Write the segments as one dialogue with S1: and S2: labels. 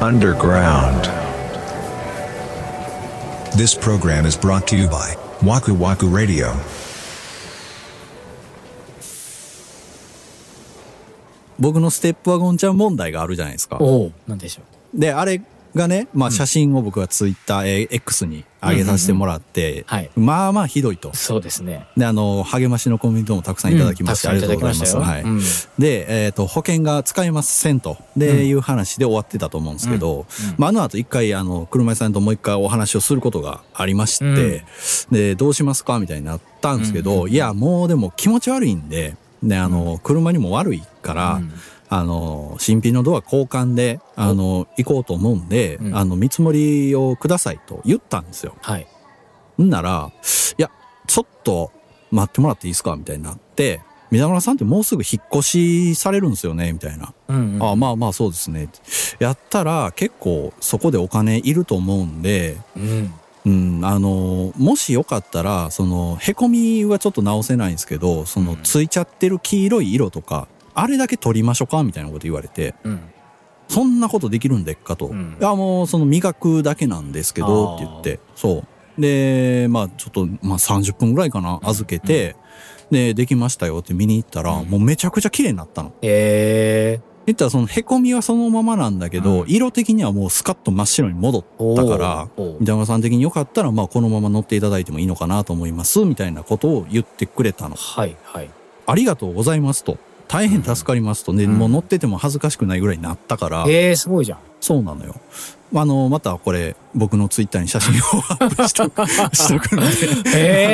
S1: underground.
S2: This program is brought to you by Waku Waku Radio.
S3: 僕のステップワゴンちゃん問題があるじゃないですか。
S4: おおなんでしょう
S3: で、あれがね、まあ写真を僕はツイッター、えー X に上げさせてもらって、
S4: はい
S3: まあまあひどいと。
S4: そうですね
S3: で、あの、励ましのコメントもたくさんいただきまして、
S4: うん
S3: ありがとうございます。
S4: たく
S3: は
S4: さんい
S3: い。
S4: ただきま
S3: で、えっ、と、保険が使えませんと、で、いう話で終わってたと思うんですけど、まあ、あの後一回、あの、車屋さんともう一回お話をすることがありまして、で、どうしますかみたいになったんですけど、いや、もうでも気持ち悪いんで、ね、あの、車にも悪いから、あの、新品のドア交換で、あの、行こうと思うんで、
S4: うん
S3: あの、見積もりをくださいと言ったんですよ。
S4: はい
S3: んなら、いや、ちょっと待ってもらっていいですかみたいになって、三田村さんってもうすぐ引っ越しされるんですよねみたいな。
S4: うんうん
S3: あまあまあそうですね。やったら結構そこでお金いると思うんで、
S4: うん
S3: うん、あの、もしよかったら、その、へこみはちょっと直せないんですけど、その、ついちゃってる黄色い色とか、あれだけ取りましょうかみたいなこと言われて、
S4: うん
S3: そんなことできるんでっかと。
S4: ん
S3: いや、もうその磨くだけなんですけど、
S4: あ
S3: っ
S4: ー
S3: て言って。そう。で、まあちょっと、まあ30分ぐらいかな、預けて、で、できましたよって見に行ったら、もうめちゃくちゃ綺麗になったの。
S4: ええ
S3: 言ったらその凹みはそのままなんだけど、
S4: うん
S3: 色的にはもうスカッと真っ白に戻ったから
S4: おーお、ー
S3: 三田村さん的によかったら、まあこのまま乗っていただいてもいいのかなと思います、みたいなことを言ってくれたの。
S4: はいはい
S3: ありがとうございますと。大変助かりますと。ね、もう乗ってても恥ずかしくないぐらいになったから。
S4: ええすごいじゃん
S3: そうなのよ。あの、またこれ、僕のツイッターに写真をアップしと く、しとくので。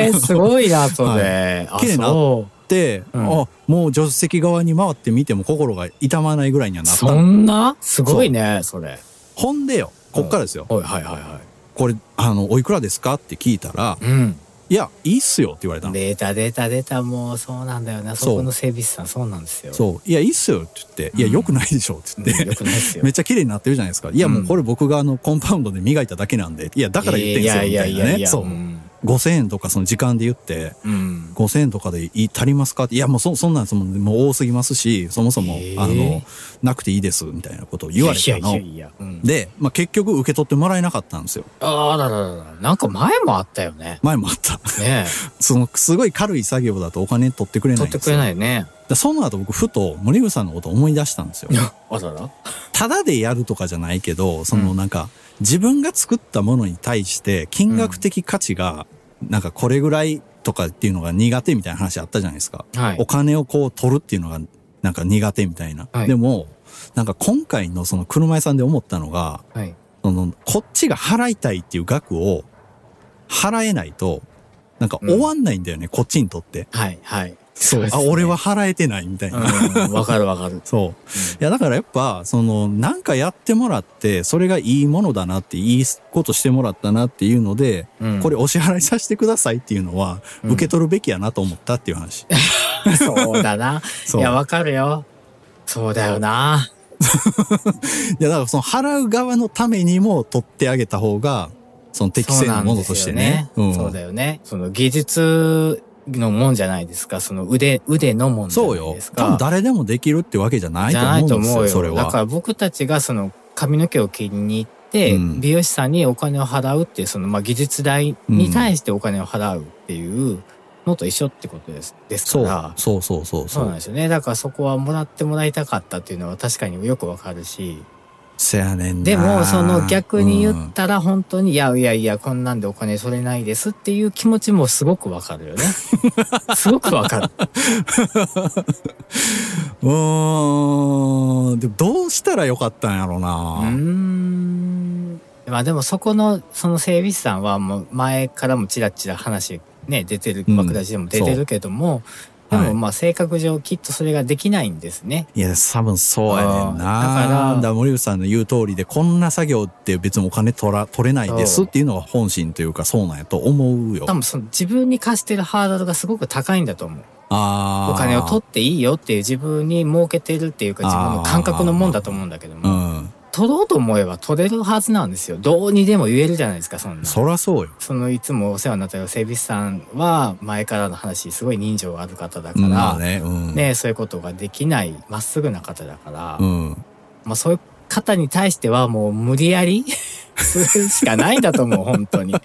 S4: え えすごいなそれ、あ
S3: 綺麗な
S4: そ
S3: で、
S4: ん
S3: あ、もう助手席側に回ってみても心が痛まないぐらいには
S4: う
S3: なった
S4: そ
S3: の。
S4: んなすごいねそれ
S3: ほんでよ、こっからですよ。
S4: はいはいはいは
S3: これ、あの、おいくらですかって聞いたら、
S4: いうん
S3: いや、いいっすよって言われたの。
S4: データデータデータもうそうなんだよな
S3: そう
S4: そこの整備士さんそうなんですよ
S3: そう、いや、いいっすよって言って、いや、良くないでしょって言っ
S4: うんよ
S3: て。
S4: くないです よ
S3: めっちゃ綺麗になってるじゃないですか。いや、もうこれ僕があの、コンパウンドで磨いただけなんで、いや、だから言ってんすよ、みたい
S4: やや
S3: ないね。
S4: や
S3: そう
S4: う。ん
S3: 5000円とかその時間で言って、
S4: うん
S3: 5000円とかでいい足りますかっていや、もうそ、そんなんそのもう多すぎますし、そもそも
S4: へ、ー
S3: あの、なくていいです、みたいなことを言われた
S4: いやいや
S3: の
S4: い。やいや、うん
S3: で、まあ、結局受け取ってもらえなかったんですよ。
S4: あららららなんか前もあったよね
S3: 前もあった。
S4: ね
S3: その、すごい軽い作業だとお金取ってくれ
S4: え
S3: ないん
S4: 取っ
S3: で
S4: て
S3: す
S4: く
S3: よ。
S4: れないよ ね
S3: でその後僕、ふと森口さんのことを思い出したんですよ。
S4: あらら
S3: ただでやるとかじゃないけど、そのなんか、自分が作ったものに対して金額的価値が、なんかこれぐらいとかっていうのが苦手みたいな話あったじゃないですか。
S4: はい
S3: お金をこう取るっていうのがなんか苦手みたいな。
S4: はい
S3: でも、なんか今回のその車屋さんで思ったのが、
S4: はい
S3: そのこっちが払いたいっていう額を払えないと、なんか終わんないんだよね、こっちにとって。
S4: はいはい
S3: そう、あ、俺は払えてないみたいな。
S4: うんわかるわ かる
S3: そう。いや、だからやっぱ、その、なんかやってもらって、それがいいものだなって、いいことしてもらったなっていうので、
S4: うん
S3: これお支払いさせてくださいっていうのは、受け取るべきやなと思ったっていう話。
S4: そうだない
S3: そう
S4: やわかるよそうだよない
S3: や、だからその払う側のためにも取ってあげた方が、その適
S4: そう
S3: 正
S4: な
S3: なんも
S4: で
S3: の
S4: す
S3: とし
S4: よ
S3: てね。ん
S4: そうだよね。その技術のもんじゃないですか。その腕、腕のもんじゃ
S3: そう
S4: ない
S3: よ
S4: です。か。
S3: 多分誰でもできるってわけじゃない
S4: じゃない
S3: と
S4: と
S3: 思
S4: 思
S3: うん
S4: う
S3: で
S4: よ。
S3: すよ、それ
S4: だから
S3: は。
S4: 僕たちがその髪の毛を切りに行って、
S3: うん
S4: 美容師さんにお金を払うっていう、そのまあ技術代に対してお金を払うっていうのと一緒ってことですです
S3: そ
S4: か
S3: う
S4: ら。
S3: そうそうそう
S4: そ
S3: そう
S4: なん
S3: う。
S4: ですよね。だからそこはもらってもらいたかったっていうのは確かによくわかるし。
S3: せやねんな
S4: でも、その逆に言
S3: うん
S4: ったら本当に、いやいやいや、こんなんでお金取れないですっていう気持ちもすごくわかるよね。すごくわかる。
S3: うーん。でもどうしたらよかったんやろうな。
S4: うーん。まあでもそこの、その整備士さんはもう前からもちらちら話ね、出てる、
S3: うん
S4: 爆出しでも出てるけども、
S3: そう
S4: で
S3: はい
S4: もまあ性格上きっとそれができないんですね。
S3: いや、多分そうやねんな。だ
S4: あーだから
S3: から、森内さんの言う通りで、こんな作業って別にお金取ら、取れないです
S4: そう
S3: っていうのが本心というか、そうなんやと思うよ。
S4: 多分その自分に課してるハードルがすごく高いんだと思う。
S3: あー
S4: お金を取っていいよっていう自分に設けてるっていうか
S3: あー
S4: 自分の感覚のもんだと思うんだけど
S3: う
S4: も、
S3: ん。
S4: 取ろうと思えば取れるはずなんですよ。どうにでも言えるじゃないですか、そんな。
S3: そらそうよ。
S4: そのいつもお世話になったよ整備士さんは前からの話すごい人情がある方だから、
S3: まあね、うん。
S4: ね、そういうことができないまっすぐな方だから、
S3: うん。
S4: まあ、そういう方に対してはもう無理やり するしかないんだと思う、本当に。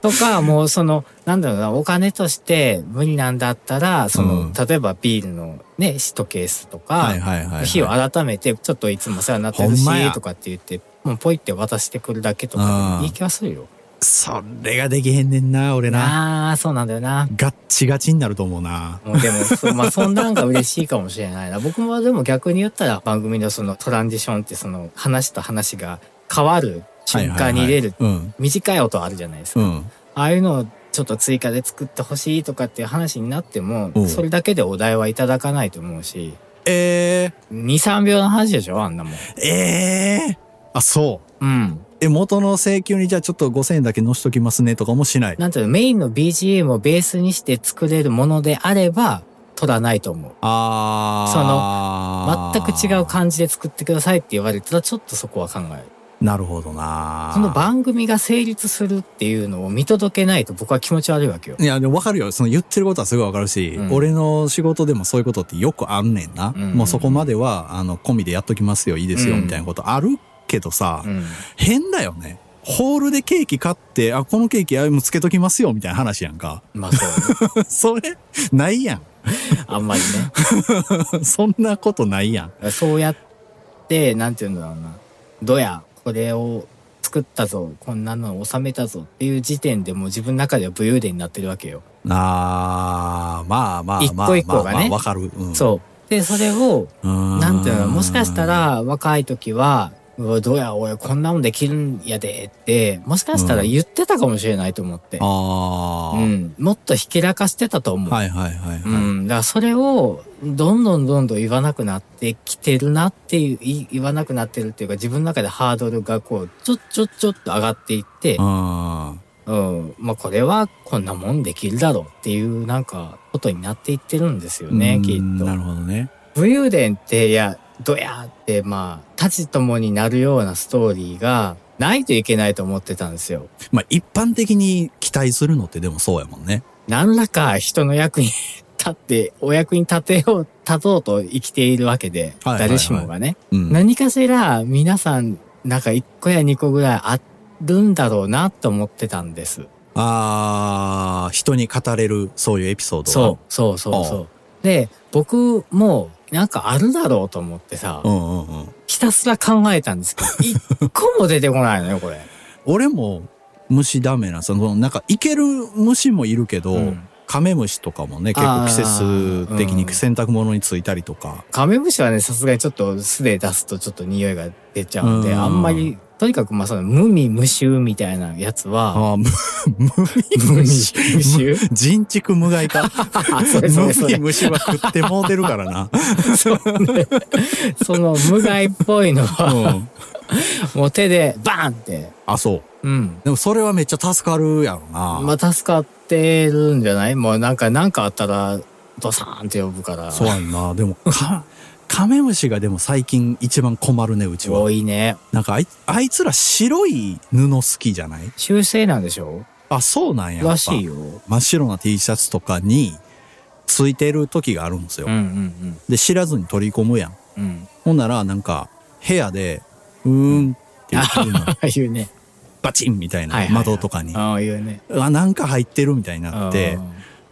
S4: とか、もうその、なんだろうな、お金として無理なんだったら、その、
S3: うん
S4: 例えばビールのね、1ケースとか、
S3: はいはいはいはい
S4: 日を改めて、ちょっといつもお世話になってる
S3: ほんまや
S4: し、とかって言って、もうポイって渡してくるだけとか
S3: う、ん
S4: いい気はするよ。
S3: それができへんねんな、俺な。
S4: ああ、そうなんだよな。
S3: ガッチガチになると思うな。
S4: もうでも、そ まあ、そんなんが嬉しいかもしれないな。僕もでも逆に言ったら、番組のそのトランジションって、その話と話が変わる瞬間に入れる、
S3: はいはいはい
S4: 短い音あるじゃないです
S3: う
S4: か。
S3: ん。うん。
S4: ああいうのをちょっと追加で作ってほしいとかっていう話になっても
S3: う、ん
S4: それだけでお題はいただかないと思うし、
S3: え
S4: 2、3秒の話でしょあんなもん。
S3: ー、えー、あ、そう。
S4: うん。
S3: え、元の請求にじゃあちょっと5000円だけ乗しときますねとかもしない。
S4: なんていうの、メインの BGM をベースにして作れるものであれば、取らないと思う。
S3: あ
S4: 全く
S3: ー。
S4: 違う感じで作ってくださいって言われたら、ちょっとそこは考える。
S3: なるほどな。
S4: その番組が成立するっていうのを見届けないと僕は気持ち悪いわけよ。
S3: いや、でも分かるよ。その言ってることはすごい分かるし、
S4: うん
S3: 俺の仕事でもそういうことってよくあんねんな。
S4: うん
S3: もうそこまでは、あの、込みでやっときますよ、いいですよ、
S4: うん
S3: みたいなことあるけどさ、
S4: うん。
S3: 変だよね。ホールでケーキ買って、あ、このケーキ、あ、もうつけときますよ、みたいな話やんか。
S4: まあそう。
S3: それ、ないや
S4: あんまり
S3: ん。 そんなことないやん。
S4: ね。そうやって、なんていうんだろうな。どや、これを作ったぞ、こんなのを収めたぞっていう時点でもう自分の中では武勇伝になってるわけよ。
S3: あー、まあまあまあまあ、
S4: 一個一個がね
S3: まあわかる。うん、
S4: そう。で、それを、
S3: うーん。
S4: なんていうの、もしかした、ら若い時は、うわどや、俺こんなもんできるんやでって、もしかしたら言ってたかもしれないと思って。
S3: あ
S4: う
S3: ー、
S4: ん。もっとひけらかしてたと思う。
S3: はいはいはい、
S4: う
S3: はい
S4: ん、だからそれをどんどんどんどん言わなくなってきてるなっていうい言わなくなってるっていうか自分の中でハードルがこうちょっちょっちょっと上がっていって、
S3: うん。
S4: うんまあ、これはこんなもんできるだろうっていうなんかことになっていってるんですよね
S3: うん
S4: きっ
S3: な
S4: と。
S3: るほどね。
S4: 武勇伝っていやどやーってまあ立ちともになるようなストーリーがないといけないと思ってたんですよ。
S3: まあ一般的に期待するのってでもそうやもんね。
S4: 何らか人の役に立って、お役に立てよう、立とうと生きているわけで、
S3: はいはいはい
S4: 誰しもがね。
S3: うん。
S4: 何かしら皆さん、なんか1個や2個ぐらいあるんだろうなと思ってたんです。
S3: ああ、人に語れるそういうエピソード
S4: そう、そうそうそう。で、僕もなんかあるだろうと思ってさ
S3: う。う、んうんうん。
S4: ひたすら考えたんです けど、1個も出てこないのよ、これ。
S3: 俺も虫ダメな、そのなんかいける虫もいるけど、
S4: うん
S3: カメムシとかもね、結構季節的
S4: あーう
S3: に
S4: ん
S3: 洗濯物についたりとか。
S4: カメムシはね、さすがにちょっと素で出すとちょっと匂いが出ちゃうんで、
S3: うん
S4: あんまり、とにかくまあその無味無臭みたいなやつは、
S3: ああ、む、む、
S4: 無味無臭
S3: 人畜無害か。
S4: あ、 それそ
S3: 無
S4: れそ
S3: 味
S4: れ。
S3: 虫は食ってもうてるからな。
S4: その無害っぽいのは、
S3: うん。
S4: もう手でバーンって。
S3: あ、そう。
S4: うん。
S3: でもそれはめっちゃ助かるやろな。
S4: まあ、助かってるんじゃないもうなんか、なんかあったら、ドサーンって呼ぶから。
S3: そうやんな。 でも、か、カメムシがでも最近一番困るね、うちは
S4: 多。いね。
S3: なんかあい、あいつら白い布好きじゃない
S4: 修正なんでしょ
S3: あ、そうなんや。
S4: らしい
S3: よ。
S4: よ。
S3: 真っ白な T シャツとかに、ついてる時があるんですよ。
S4: うんうん
S3: で、知らずに取り込むやん。
S4: うん。うん。
S3: ほんなら、なんか、部屋で、うーんって 言ってる の。
S4: ああいうね。
S3: バチンみたい
S4: はい
S3: な
S4: はいはい
S3: 窓とかに。
S4: ああいうね。
S3: あ、なんか入ってるみたいになって
S4: あ。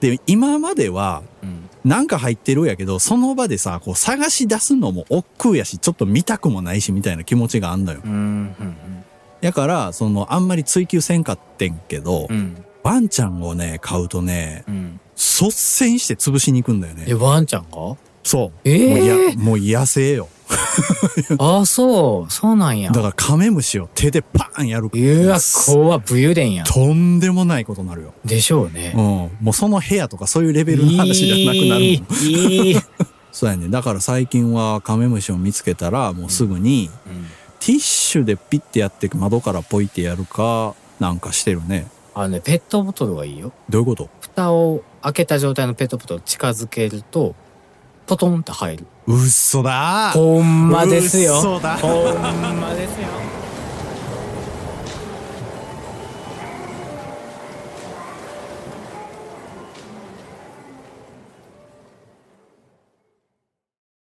S3: で、今までは、
S4: あうん。
S3: なんか入ってるやけど、その場でさ、こう探し出すのも億劫やし、ちょっと見たくもないし、みたいな気持ちがあんのよ
S4: う。んうん
S3: だから、その、あんまり追求せんかってんけど、
S4: うん。うん
S3: ワンちゃんをね、買うとね、
S4: うん。
S3: 率先して潰しに行くんだよね。
S4: え、ワンちゃん か
S3: そう。
S4: え
S3: もう
S4: え
S3: や、もう野生よ。
S4: ああ、そう。そうなんや
S3: だ。からカメムシを手でパーンやる。
S4: うわ、怖っ武勇伝や。
S3: とんでもないことになるよ。
S4: でしょうね
S3: うん。。もうその部屋とかそういうレベルの話じゃなくなるもん。
S4: いいいい
S3: そうやね。だから最近はカメムシを見つけたら、もうすぐに、ティッシュでピッてやって窓からポイってやるかなんかしてるね。
S4: あのね、ペットボトルはいいよ。
S3: どういうこと
S4: 蓋を開けた状態のペットボトルを近づけると、トトンって入る。
S3: 嘘だ
S4: ほんまですよ。
S3: 嘘だ
S4: ほんまですよ。